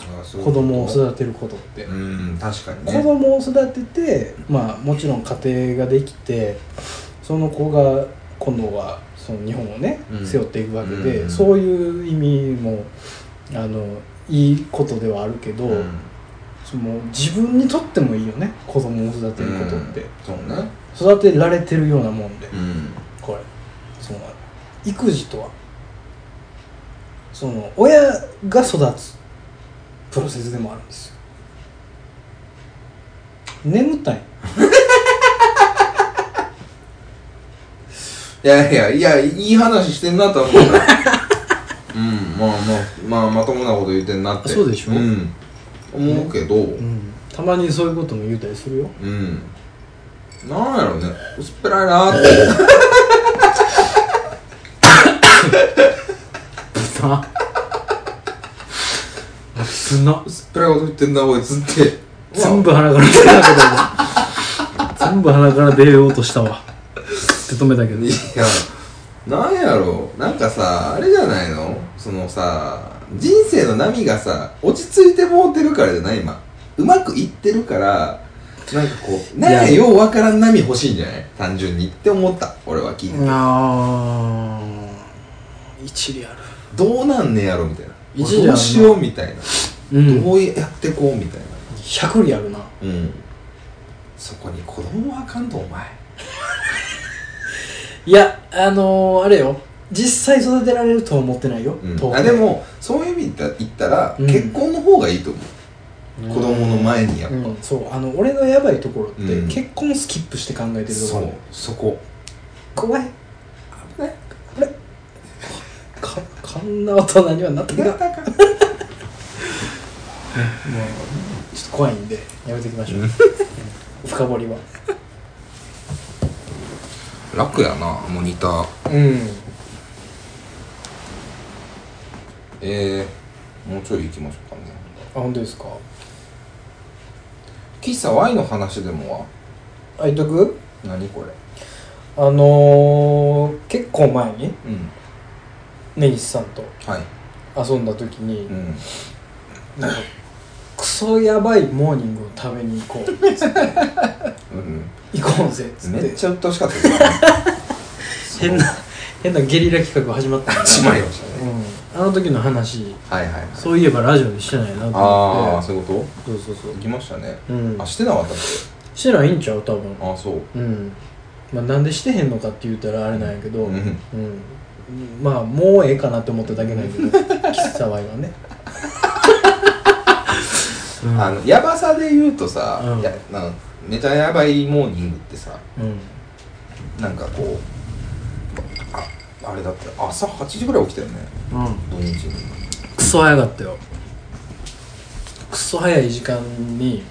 Speaker 1: あそういう
Speaker 2: 子
Speaker 1: こと
Speaker 2: 供を育てることって、
Speaker 1: うん確かに
Speaker 2: 子
Speaker 1: ね
Speaker 2: 供を育ててまあもちろん家庭ができてその子が今度はその日本をね、
Speaker 1: うん
Speaker 2: 背負っていくわけで、
Speaker 1: うん
Speaker 2: そういう意味もあのいいことではあるけど、
Speaker 1: うん
Speaker 2: その自分にとってもいいよね子供を育てることって、
Speaker 1: そうね
Speaker 2: 育てられてるようなもんで、
Speaker 1: うん
Speaker 2: これその育児とはその親が育つプロセスでもあるんですよ眠たい
Speaker 1: いやいやいやいい話してんなとは思うなうんまあまあまあまともなこと言ってんなって
Speaker 2: そうでしょ
Speaker 1: ん思うけど
Speaker 2: うんたまにそういうことも言うたりするよ
Speaker 1: うんなんやろね薄っぺらいなって
Speaker 2: 豚つな
Speaker 1: すっぺらいこと言ってんなおいつって
Speaker 2: 全部鼻から出たけども全部鼻から出ようとしたわって止めたけど
Speaker 1: いやなんやろなんかさあれじゃないのそのさ人生の波がさ落ち着いてもうてるからじゃない今うまくいってるからなんかこうなんや
Speaker 2: いや
Speaker 1: ようわからん波欲しいんじゃない単純にって思った俺は聞いて、
Speaker 2: あー一理ある
Speaker 1: どうなんねやろみたいな
Speaker 2: 一
Speaker 1: 俺ど
Speaker 2: 理あるな
Speaker 1: うしようみたいな、
Speaker 2: うん
Speaker 1: どうやってこうみたいな
Speaker 2: 100理あるな
Speaker 1: うんそこに子供はあかんとお前
Speaker 2: いやあのー、あれよ実際育てられるとは思ってないよ、
Speaker 1: うん、
Speaker 2: 遠く
Speaker 1: あでもそういう意味で言ったら、
Speaker 2: うん
Speaker 1: 結婚の方がいいと思う子供の前にやっぱ、
Speaker 2: うん、そうあの俺のやばいところって、
Speaker 1: うん
Speaker 2: 結婚スキップして考えてるとこ
Speaker 1: そ
Speaker 2: ろ
Speaker 1: うそこ
Speaker 2: 怖い
Speaker 1: 危ない
Speaker 2: かこんな大人にはなってく
Speaker 1: 手
Speaker 2: れもう
Speaker 1: 堅か
Speaker 2: ちょっと怖いんでやめておきましょう、
Speaker 1: うん
Speaker 2: 深掘りは
Speaker 1: 楽やなモニター
Speaker 2: うん
Speaker 1: えー、もうちょい行きましょうかね
Speaker 2: あ本当ですか
Speaker 1: 喫茶 Y の話でもは
Speaker 2: あいとく
Speaker 1: 何これ
Speaker 2: あのー、結構前に
Speaker 1: うん
Speaker 2: 根岸さんと
Speaker 1: はい
Speaker 2: 遊んだ時に、
Speaker 1: うん
Speaker 2: なんかクソやばいモーニングを食べに行 こう
Speaker 1: うん
Speaker 2: 行こうぜっ
Speaker 1: う
Speaker 2: つ
Speaker 1: んめ
Speaker 2: っ
Speaker 1: ってちゃ鬱陶しかったですね
Speaker 2: 変な変なゲリラ企画始まったんだ
Speaker 1: しまいましたね
Speaker 2: うん、あの時の話
Speaker 1: はいはいはい
Speaker 2: そういえばラジオでしてないなと
Speaker 1: あ
Speaker 2: 思
Speaker 1: あ
Speaker 2: って
Speaker 1: そういうこ
Speaker 2: そうそうそ
Speaker 1: と
Speaker 2: う
Speaker 1: 行きましたね
Speaker 2: うん
Speaker 1: あしてなかったっ
Speaker 2: してないんちゃう多分
Speaker 1: けあそう
Speaker 2: うんまあなんでしてへんのかって言ったらあれなんやけど
Speaker 1: う
Speaker 2: う
Speaker 1: ん
Speaker 2: んまあもうええかなって思っただけなんやけど喫茶ワイはねうん
Speaker 1: あのヤバさで言うとさ、
Speaker 2: うん
Speaker 1: やなんめちゃヤバいモーニングってさ
Speaker 2: うん
Speaker 1: なんかこうああれだって朝8時ぐらい起きたよね
Speaker 2: うん
Speaker 1: 土日に
Speaker 2: クソ早かったよクソ早い時間に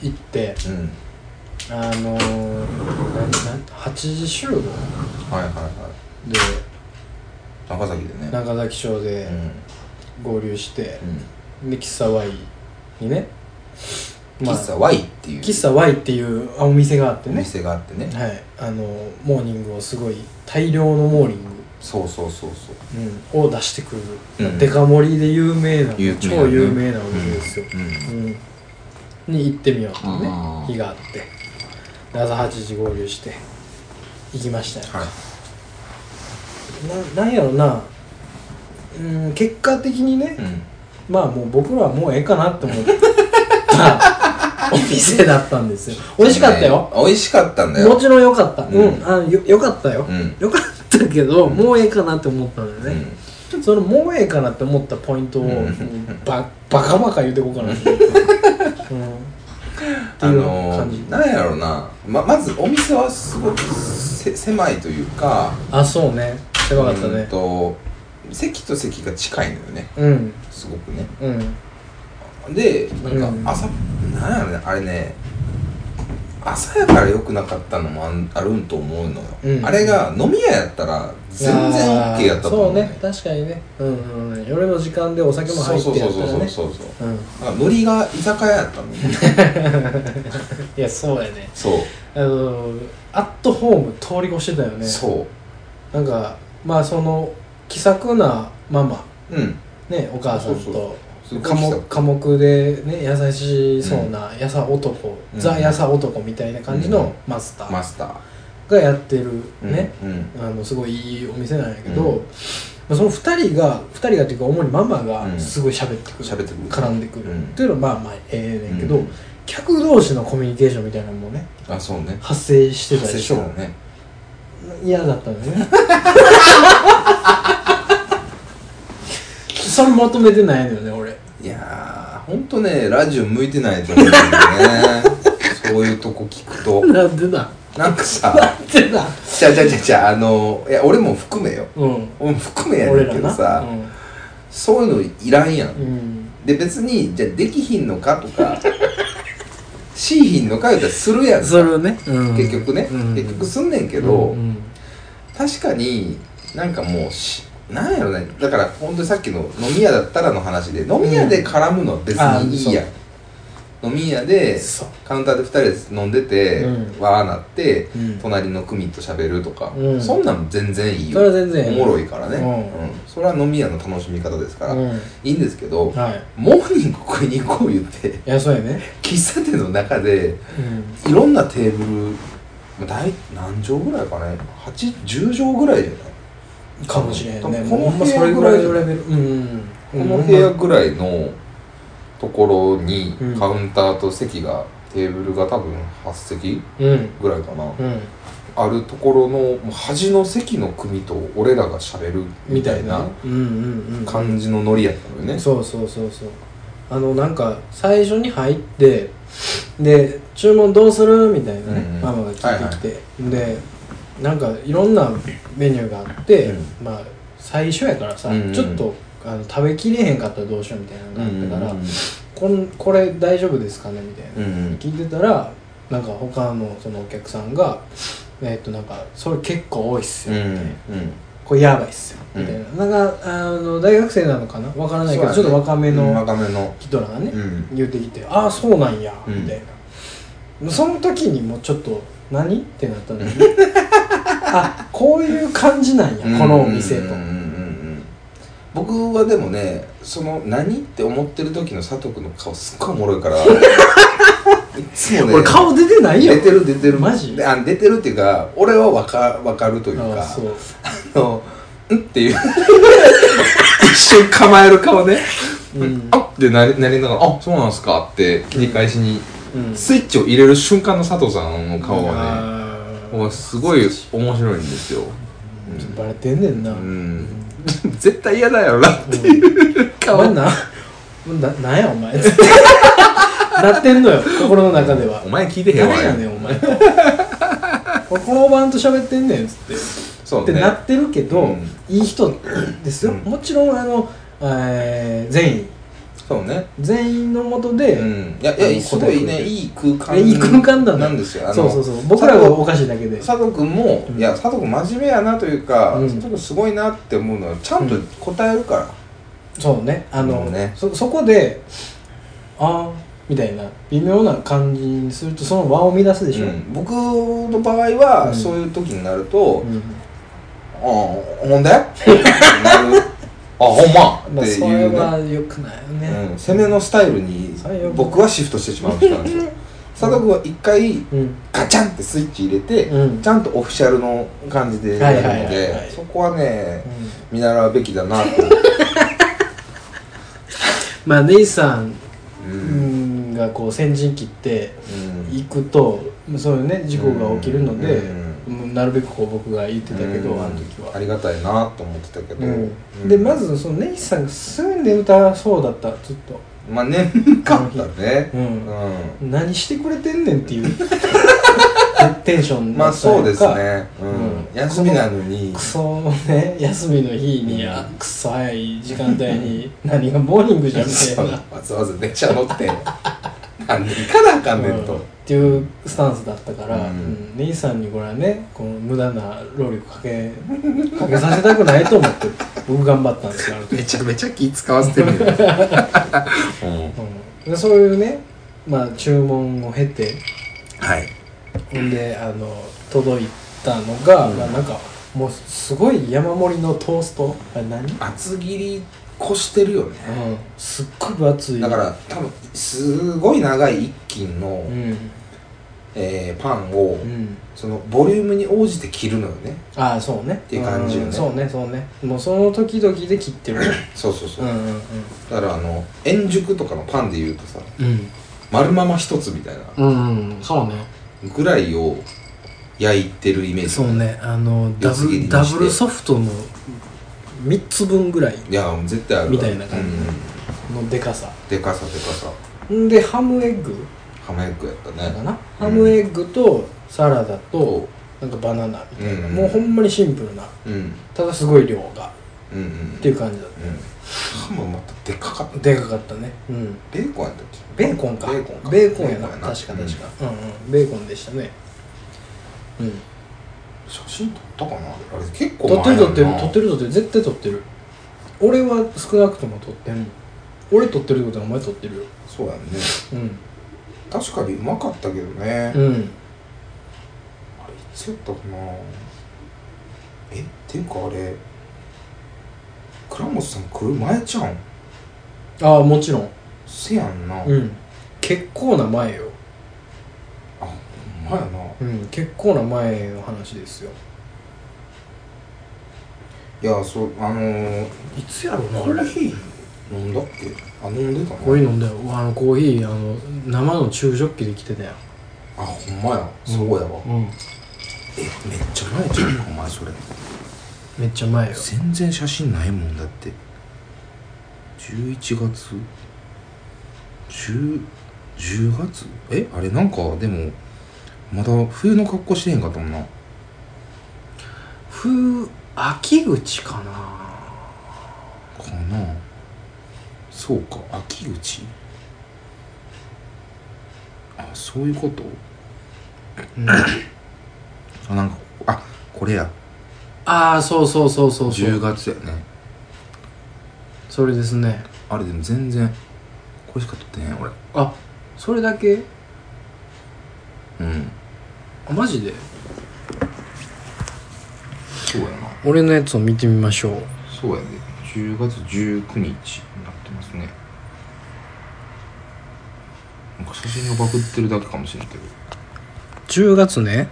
Speaker 2: 行って
Speaker 1: うん
Speaker 2: あのー、なんなん8時集合
Speaker 1: はいはいはい
Speaker 2: で
Speaker 1: 長崎でね
Speaker 2: 長崎町で
Speaker 1: うん
Speaker 2: 合流して
Speaker 1: う、ん
Speaker 2: で喫茶 Y にね、
Speaker 1: 喫茶 Y っていう
Speaker 2: 喫茶 Y っていうお店があって
Speaker 1: お
Speaker 2: ね
Speaker 1: 店があってね
Speaker 2: はいあのモーニングをすごい大量のモーニン
Speaker 1: そうそうそうそう
Speaker 2: グ、を出してくる、
Speaker 1: うん
Speaker 2: デカ盛りで有名な
Speaker 1: 有名なね
Speaker 2: 超有名なお店ですよ、
Speaker 1: うん
Speaker 2: うんに行ってみようっていうね
Speaker 1: あー
Speaker 2: 日があってで朝8時合流して行きましたよ、
Speaker 1: はい
Speaker 2: ななんやろなうん結果的にね、
Speaker 1: うん
Speaker 2: まあもう僕らはもうええかなって思 ったお店だったんですよ美味しかったよ、
Speaker 1: ね美味しかったんだよ
Speaker 2: もちろん良かった
Speaker 1: うん
Speaker 2: うん、あよ良かったよ、
Speaker 1: うん
Speaker 2: 良かったけどもうええかなって思ったんだよね、そのもうええかなって思ったポイントを、
Speaker 1: うん
Speaker 2: もうばバカバカ言うてこう かなって、うんって
Speaker 1: あ
Speaker 2: いう
Speaker 1: の
Speaker 2: 感じ
Speaker 1: ー、なんやろうなままずお店はすごくせ狭いというか
Speaker 2: あそうね狭かった
Speaker 1: う
Speaker 2: ね
Speaker 1: んと席と席が近いのよね
Speaker 2: うん
Speaker 1: すごくね
Speaker 2: うん
Speaker 1: でなん
Speaker 2: うん
Speaker 1: か朝、なんやろねあれね朝やから良くなかったのもあんあるんと思うのよ、
Speaker 2: うん
Speaker 1: あれが飲み屋やったら全然 OK やったと思
Speaker 2: そううね確かにねうん、うん、夜の時間でお酒も
Speaker 1: そう
Speaker 2: 入
Speaker 1: そ
Speaker 2: っ
Speaker 1: う
Speaker 2: て
Speaker 1: そ
Speaker 2: や
Speaker 1: う
Speaker 2: った
Speaker 1: そう
Speaker 2: らね
Speaker 1: そうそう
Speaker 2: うん
Speaker 1: なんかノリが居酒屋やったの ね
Speaker 2: いやそうやね
Speaker 1: そう、
Speaker 2: あのアットホーム通り越してたよね
Speaker 1: そ
Speaker 2: なんかまあその気さくなママ
Speaker 1: ううん
Speaker 2: ねお母さん
Speaker 1: そう
Speaker 2: と
Speaker 1: そう
Speaker 2: 寡黙寡黙でね優しそうな、優さ男、
Speaker 1: うん
Speaker 2: ザ・優さ男みたいな感じ
Speaker 1: うん
Speaker 2: のマスタ
Speaker 1: マ
Speaker 2: ー
Speaker 1: スター
Speaker 2: がやってる
Speaker 1: うん
Speaker 2: ね、
Speaker 1: うん
Speaker 2: あのすごいいいお店なんやけど、
Speaker 1: うん
Speaker 2: まあその2人が2人がっていうか主にママ
Speaker 1: う
Speaker 2: が
Speaker 1: ん
Speaker 2: すごい喋ってくる、
Speaker 1: 喋ってくる
Speaker 2: 絡んでくる、
Speaker 1: うん
Speaker 2: っていうのはまあまあええねんけど、
Speaker 1: うん
Speaker 2: 客同士のコミュニケーションみたいなのもね
Speaker 1: あそうね
Speaker 2: 発生してたでし
Speaker 1: 接
Speaker 2: ょ
Speaker 1: 種だね
Speaker 2: 嫌だったのね それ求めてないのよね俺
Speaker 1: いやーほんとねラジオ向いてないと思うんだよね そういうとこ聞くと
Speaker 2: なんでだ
Speaker 1: なんかさ
Speaker 2: なんでだ
Speaker 1: じゃあじゃあじゃあじゃああのいや俺も含めよ
Speaker 2: うん
Speaker 1: 俺も含めやね
Speaker 2: 俺
Speaker 1: んけ
Speaker 2: ら
Speaker 1: ど
Speaker 2: な
Speaker 1: さ、そういうのいらんやん
Speaker 2: うん、うん、
Speaker 1: で別にじゃあできひんのかと かしいひんのか言うたらするやん
Speaker 2: それをね、うん
Speaker 1: 結局ね、
Speaker 2: うん
Speaker 1: 結局すんねんけど、
Speaker 2: うん
Speaker 1: 確かになんかもうしなんやろねだから本当にさっきの飲み屋だったらの話で飲み屋で絡むのは別にいいや、飲み屋で
Speaker 2: そう
Speaker 1: カウンターで2人で飲んでて、
Speaker 2: うん
Speaker 1: わーなって、
Speaker 2: うん
Speaker 1: 隣の組と喋るとか、
Speaker 2: うん
Speaker 1: そんなん全然いい
Speaker 2: それは
Speaker 1: よ
Speaker 2: 全然
Speaker 1: おもろいからね、
Speaker 2: う
Speaker 1: うんそれは飲み屋の楽しみ方ですから、
Speaker 2: うん
Speaker 1: いいんですけど、
Speaker 2: はい
Speaker 1: モーニング食いに行こう言って
Speaker 2: いやそうやね
Speaker 1: 喫茶店の中で
Speaker 2: う
Speaker 1: い
Speaker 2: ん
Speaker 1: ろんなテーブルまあ大何畳ぐらいかね810畳ぐらいじゃない
Speaker 2: かもしれへん
Speaker 1: こ
Speaker 2: ね
Speaker 1: の
Speaker 2: もうほんま
Speaker 1: 部屋
Speaker 2: それぐらいのレベルうん
Speaker 1: この部屋
Speaker 2: うん
Speaker 1: ぐらいのところに
Speaker 2: うん
Speaker 1: カウンターと席がテーブルが多分8席
Speaker 2: うん
Speaker 1: ぐらいかな
Speaker 2: うん
Speaker 1: あるところのもう端の席の組と俺らがしゃべるみ
Speaker 2: み
Speaker 1: た
Speaker 2: た
Speaker 1: い
Speaker 2: いな
Speaker 1: な
Speaker 2: うんうんうん
Speaker 1: 感じのノリやったのよね
Speaker 2: そうそうそうそうあのなんか最初に入ってで注文どうするみたいなね、
Speaker 1: うんうん
Speaker 2: ママが聞いてきて、でなんかいろんなメニューがあって、
Speaker 1: う
Speaker 2: まあ最初やからさ、
Speaker 1: うんうん
Speaker 2: ちょっとあの食べきれへんかったらどうしようみたいなの
Speaker 1: うんうん
Speaker 2: があったから、こんこれ大丈夫ですかねみたいな、
Speaker 1: うんうん
Speaker 2: 聞いてたらなんか他のそのお客さんが「えっとなんかそれ結構多いっす
Speaker 1: う
Speaker 2: よ」
Speaker 1: ん
Speaker 2: みたいな。
Speaker 1: うん
Speaker 2: これやばいっすよ、
Speaker 1: うん
Speaker 2: みたいななんかあの大学生なのかなわからないけど、
Speaker 1: そ
Speaker 2: ちょ
Speaker 1: うや
Speaker 2: っ
Speaker 1: ね
Speaker 2: と若め
Speaker 1: うん
Speaker 2: の
Speaker 1: 若めの
Speaker 2: 人らがね、
Speaker 1: うん
Speaker 2: 言ってきて「ああそうなんや」
Speaker 1: うん
Speaker 2: みたいなその時にもうちょっと「何?」ってなったのに あこういう感じなんやこのお店と
Speaker 1: うんうんうんうん僕はでもねその何って思ってる時の佐藤君の顔すっごいおもろいから いつもね
Speaker 2: 俺顔出てないよ
Speaker 1: 出てる出てる
Speaker 2: マジ
Speaker 1: であ出てるっていうか俺はわかわかるという
Speaker 2: あ
Speaker 1: か
Speaker 2: あそう
Speaker 1: あのんっていう一瞬構える顔ね、
Speaker 2: うん
Speaker 1: あってなりなりながらあそうなんすかって切り返しに、
Speaker 2: うん
Speaker 1: スイッチを入れる瞬間の佐藤さんの顔はね
Speaker 2: あー
Speaker 1: 僕はすごい面白いんですよ、
Speaker 2: ちょっとバレてんねんな、
Speaker 1: うん 絶対嫌だよなっていう
Speaker 2: お前なななんや お前なってんのよ心の中では
Speaker 1: お前聞いてへんわ
Speaker 2: 誰やねんお前俺このおばんと喋ってんねんっつって、
Speaker 1: そう
Speaker 2: って
Speaker 1: ね
Speaker 2: なってるけど、
Speaker 1: うん
Speaker 2: いい人ですよ、
Speaker 1: うん
Speaker 2: もちろんあの、えー善意
Speaker 1: そうね
Speaker 2: 善意のもとで、
Speaker 1: うんいやいや
Speaker 2: あの
Speaker 1: すごい
Speaker 2: 答
Speaker 1: ね
Speaker 2: えてくれる
Speaker 1: いい空間
Speaker 2: えいい空間だね
Speaker 1: なんですよあの
Speaker 2: そうそうそう僕らがおかしいだけで
Speaker 1: 佐藤君も、
Speaker 2: うん
Speaker 1: いや佐藤君真面目やなというか、
Speaker 2: うん
Speaker 1: 佐藤君すごいなって思うのはちゃんと答えるから、
Speaker 2: そうねあの、
Speaker 1: うんね
Speaker 2: そそこでああみたいな微妙な感じにするとその輪を乱すでし
Speaker 1: う
Speaker 2: ょ、
Speaker 1: ん僕の場合は、
Speaker 2: うん
Speaker 1: そういう時になると「
Speaker 2: うん
Speaker 1: あほんで? 」って なる「あほんま」
Speaker 2: ま
Speaker 1: って
Speaker 2: あ、そ
Speaker 1: い
Speaker 2: れ
Speaker 1: うね
Speaker 2: は、良くないよね、
Speaker 1: うん、攻めのスタイルに
Speaker 2: それよ
Speaker 1: 僕はシフトしてしまう人なんです よ佐藤君は一回
Speaker 2: うん
Speaker 1: ガチャンってスイッチ入れて、
Speaker 2: うん
Speaker 1: ちゃんとオフィシャルの感じでやるので、
Speaker 2: はいはいはいはい
Speaker 1: そこはね
Speaker 2: うん
Speaker 1: 見習うべきだ なと、
Speaker 2: まあ姉さん
Speaker 1: う
Speaker 2: うんんがこう先陣切って
Speaker 1: うん
Speaker 2: 行くとそういうね事故が起きるので、
Speaker 1: う
Speaker 2: うんなるべくこう僕が言ってたけど、
Speaker 1: うん
Speaker 2: あの時
Speaker 1: あ
Speaker 2: は。
Speaker 1: りがたいなと思ってたけど、
Speaker 2: うん
Speaker 1: うん
Speaker 2: でまずそのネイさんが住んで歌そうだったずっと、
Speaker 1: まあ眠かったね
Speaker 2: う
Speaker 1: うん
Speaker 2: ん何してくれてんねんっていう テンション
Speaker 1: まあ
Speaker 2: だったり
Speaker 1: そ
Speaker 2: とか
Speaker 1: うですね、うん
Speaker 2: うん
Speaker 1: 休みなのに
Speaker 2: クソね休みの日にあクソ早い時間帯に何がモーニングじゃんみたいな
Speaker 1: わざわざ電車乗って何で行かなあかんねん
Speaker 2: うんっ
Speaker 1: と、
Speaker 2: ていうスタンスだったから、
Speaker 1: うん
Speaker 2: うん兄さんにこれはねこの無駄な労力かけ かけさせたくないと思って僕頑張ったんですよあの時
Speaker 1: めちゃめちゃ気使わせてるよ、うん、
Speaker 2: うんでそういうね、まあ、注文を経て
Speaker 1: はい
Speaker 2: ほんであの届いたのが、
Speaker 1: うん
Speaker 2: まあ、なんかもうすごい山盛りのトーストあれ何、うん、
Speaker 1: 厚切り越してるよね、
Speaker 2: すっごい分厚い
Speaker 1: だから多分すごい長い一斤の、
Speaker 2: うん
Speaker 1: えーパンを、
Speaker 2: うん
Speaker 1: そのボリュームに応じて切るのよね
Speaker 2: ああそうねって
Speaker 1: いう感じよね
Speaker 2: そうねそうねもうその時々で 切ってる
Speaker 1: そうそうそうう、
Speaker 2: んうんうん
Speaker 1: だからあの円熟とかのパンで言うとさ
Speaker 2: うん
Speaker 1: 丸まま一つみたいな
Speaker 2: うん、そうね
Speaker 1: ぐらいを焼いてるイメージ
Speaker 2: そうねあのダ
Speaker 1: 四つ
Speaker 2: ブ
Speaker 1: 切りにし
Speaker 2: ル
Speaker 1: て
Speaker 2: ダブルソフトの3つ分ぐらい
Speaker 1: いや絶対あるわ
Speaker 2: みたいな感じ
Speaker 1: うんうん
Speaker 2: のでかさ
Speaker 1: でかさでかさ
Speaker 2: んでハムエッグ
Speaker 1: ハムエッグやった
Speaker 2: か
Speaker 1: ね
Speaker 2: な、ハムエッグとサラダとなんかバナナみたいな、
Speaker 1: うんうん
Speaker 2: もうほんまにシンプルな
Speaker 1: うん
Speaker 2: ただすごい量が
Speaker 1: うんうん
Speaker 2: っていう感じだっ
Speaker 1: うんハムまたでかかった
Speaker 2: たでかかったねうん
Speaker 1: ベーコンやったっけ
Speaker 2: ベーコンか
Speaker 1: ベーコンか
Speaker 2: ベーコンや
Speaker 1: ベーコ
Speaker 2: な
Speaker 1: ンやな
Speaker 2: 確か確か、うん、うんベーコンでしたねうん
Speaker 1: 写真撮ったかなあれ結構
Speaker 2: 撮ってる撮ってる撮って
Speaker 1: る
Speaker 2: る撮ってる絶対撮ってる俺は少なくとも撮ってんの俺撮ってるってことはお前撮ってるよ
Speaker 1: そうやんね
Speaker 2: うん
Speaker 1: 確かにうまかったけどね、あれい
Speaker 2: うん
Speaker 1: つやったかなえっていうかあれ倉本さん来る前ちゃうん
Speaker 2: ああもちろん
Speaker 1: せやんな、
Speaker 2: うん結構な前よ
Speaker 1: あほんまやな
Speaker 2: うん結構な前の話ですよ
Speaker 1: いやそうあのー、
Speaker 2: いつやろ
Speaker 1: コーヒー飲んだっけあ飲んでたな
Speaker 2: コーヒー飲んだよあのコーヒーあの生の中ジョッキで来てたよ
Speaker 1: あほんまやそうやわ、
Speaker 2: うん
Speaker 1: えめっちゃ前ちゃうかお前それ
Speaker 2: めっちゃ前よ
Speaker 1: 全然写真ないもんだって11月 10, 10月えあれなんかでもまだ冬の格好してへんかったもんな
Speaker 2: ふう秋口かな
Speaker 1: かなそうか秋口あそういうこと
Speaker 2: うん
Speaker 1: あなんかあこれや
Speaker 2: ああそうそうそうそうそ
Speaker 1: 10
Speaker 2: う
Speaker 1: 月やね
Speaker 2: それですね
Speaker 1: あれでも全然これしか撮ってへん俺
Speaker 2: あそれだけ
Speaker 1: うん
Speaker 2: あマジで
Speaker 1: そうやな
Speaker 2: 俺のやつを見てみましょう
Speaker 1: そうやね10月19日になってますねなんか写真がバグってるだけかもしれんけど
Speaker 2: 10月ね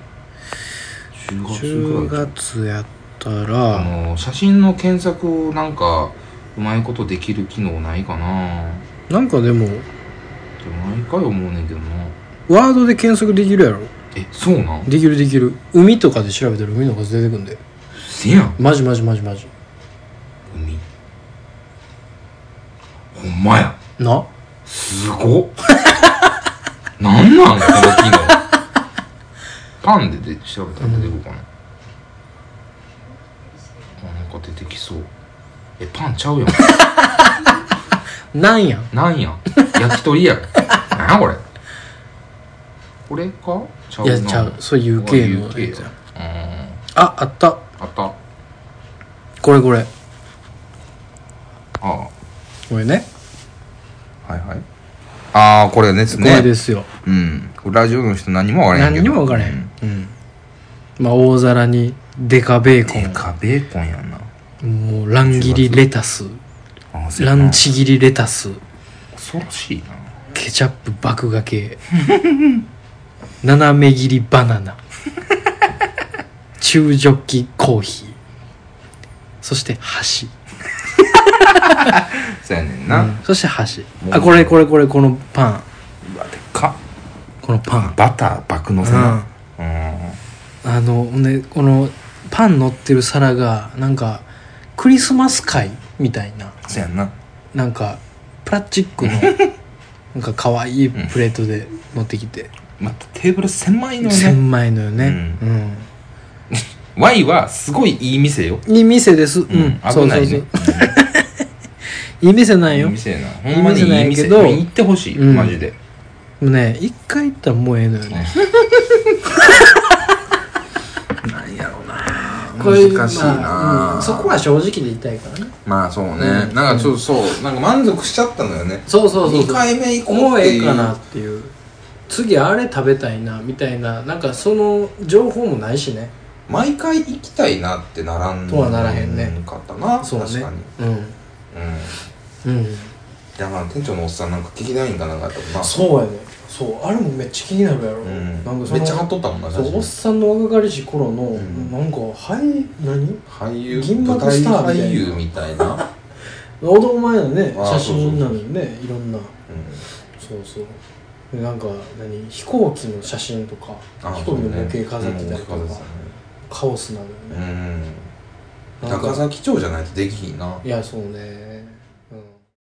Speaker 1: 10月
Speaker 2: 10
Speaker 1: ぐらい
Speaker 2: 月やった
Speaker 1: あ
Speaker 2: ら
Speaker 1: の写真の検索をなんかうまいことできる機能ないかな
Speaker 2: なんかでも
Speaker 1: でも毎回思うねんけどな
Speaker 2: ワードで検索できるやろ
Speaker 1: えそうなん
Speaker 2: できるできる海とかで調べたら海の数出てくんで
Speaker 1: せやん
Speaker 2: マジマジマジマジ
Speaker 1: 海ほんまや
Speaker 2: な
Speaker 1: すごっ なんなんこの機能パンでで調べたら出てくるかな、あなんか出てきそうえパンちゃうやん
Speaker 2: なんや
Speaker 1: なんや焼き鳥やなん やこれこれかちゃう
Speaker 2: い
Speaker 1: な
Speaker 2: やちゃうそう
Speaker 1: これ
Speaker 2: UK の
Speaker 1: UK
Speaker 2: やつや
Speaker 1: や
Speaker 2: ああった
Speaker 1: うんあったあ
Speaker 2: これこれ
Speaker 1: あ
Speaker 2: これね
Speaker 1: はいはいああこれです
Speaker 2: これですよ、
Speaker 1: うんラジオの人何も分
Speaker 2: 何にも分からへん、うんまあ大皿にデカベーコ
Speaker 1: デ
Speaker 2: ン
Speaker 1: カベーコンやな
Speaker 2: もう乱切りレタス
Speaker 1: あそうや
Speaker 2: ラ
Speaker 1: な
Speaker 2: ンチ切りレタス
Speaker 1: 恐ろしいな
Speaker 2: ケチャップ爆がけ 斜め切りバナ ナ中ジョッキコーヒーそして箸、
Speaker 1: そうやねんな、う
Speaker 2: そして箸
Speaker 1: もう
Speaker 2: あこれこれこれこのパン
Speaker 1: わでか
Speaker 2: このパン
Speaker 1: っバター爆のせなうん
Speaker 2: あのねこのパン乗ってる皿がなんかクリスマス会みたいな
Speaker 1: そうやんな
Speaker 2: なんかプラスチッ クのなんか可愛いプレートで乗ってきて、
Speaker 1: またテーブル狭いのよね
Speaker 2: 千枚のよね、
Speaker 1: う
Speaker 2: うん
Speaker 1: ワイはすごいいい店よ、
Speaker 2: いい店です。うん。
Speaker 1: 危
Speaker 2: そう
Speaker 1: な
Speaker 2: そう
Speaker 1: い
Speaker 2: そ
Speaker 1: ね
Speaker 2: う。いい店ない
Speaker 1: いい
Speaker 2: よ。
Speaker 1: 店やなほんまにいい店
Speaker 2: いい店なんやけ
Speaker 1: け
Speaker 2: ど
Speaker 1: ど行ってほしい、
Speaker 2: うん
Speaker 1: マジで
Speaker 2: もうね、一回行ったらもうええのよね。
Speaker 1: なんやろうな
Speaker 2: こうう
Speaker 1: 難しいな、
Speaker 2: まあうんそこは正直で言いたいからね。
Speaker 1: まあそうね、
Speaker 2: うん
Speaker 1: なんかちょっとそうなんか満足しちゃったのよね
Speaker 2: そうそうそう。
Speaker 1: 二回目行こう
Speaker 2: もう
Speaker 1: って
Speaker 2: ええ
Speaker 1: いう
Speaker 2: かなっていう。次あれ食べたいな、みたいな。なんかその情報もないしね。
Speaker 1: 毎回行きたいなってならん
Speaker 2: とはならへんね
Speaker 1: かったな
Speaker 2: そうね。
Speaker 1: 確かにうん
Speaker 2: うん。うん。
Speaker 1: だから店長のおっさんなんか聞きたいんかなんかやったもんな
Speaker 2: そうやね。そう。あれもめっちゃ気になるや
Speaker 1: う
Speaker 2: ろ。
Speaker 1: ん
Speaker 2: なんかそ
Speaker 1: め
Speaker 2: の
Speaker 1: っちゃ貼っとったもんな
Speaker 2: そ
Speaker 1: 写
Speaker 2: うおっ
Speaker 1: 真
Speaker 2: さんの若かりし頃の、
Speaker 1: ん
Speaker 2: なんか、はい、何
Speaker 1: 俳優
Speaker 2: 銀
Speaker 1: 舞
Speaker 2: 幕
Speaker 1: 台
Speaker 2: スターみたいな
Speaker 1: 俳優みたいな、
Speaker 2: お堂前のね、
Speaker 1: あー
Speaker 2: 写真なのよね、いろんな。
Speaker 1: う
Speaker 2: そうそうでなんか何飛行機の写真とか
Speaker 1: ん、
Speaker 2: 飛行機の模型飾ってたりとか、
Speaker 1: うん模型飾って
Speaker 2: カオスなのよ
Speaker 1: た
Speaker 2: ね、
Speaker 1: ねうん
Speaker 2: なん
Speaker 1: 高
Speaker 2: か
Speaker 1: 崎町じゃないとできひんない
Speaker 2: やそうね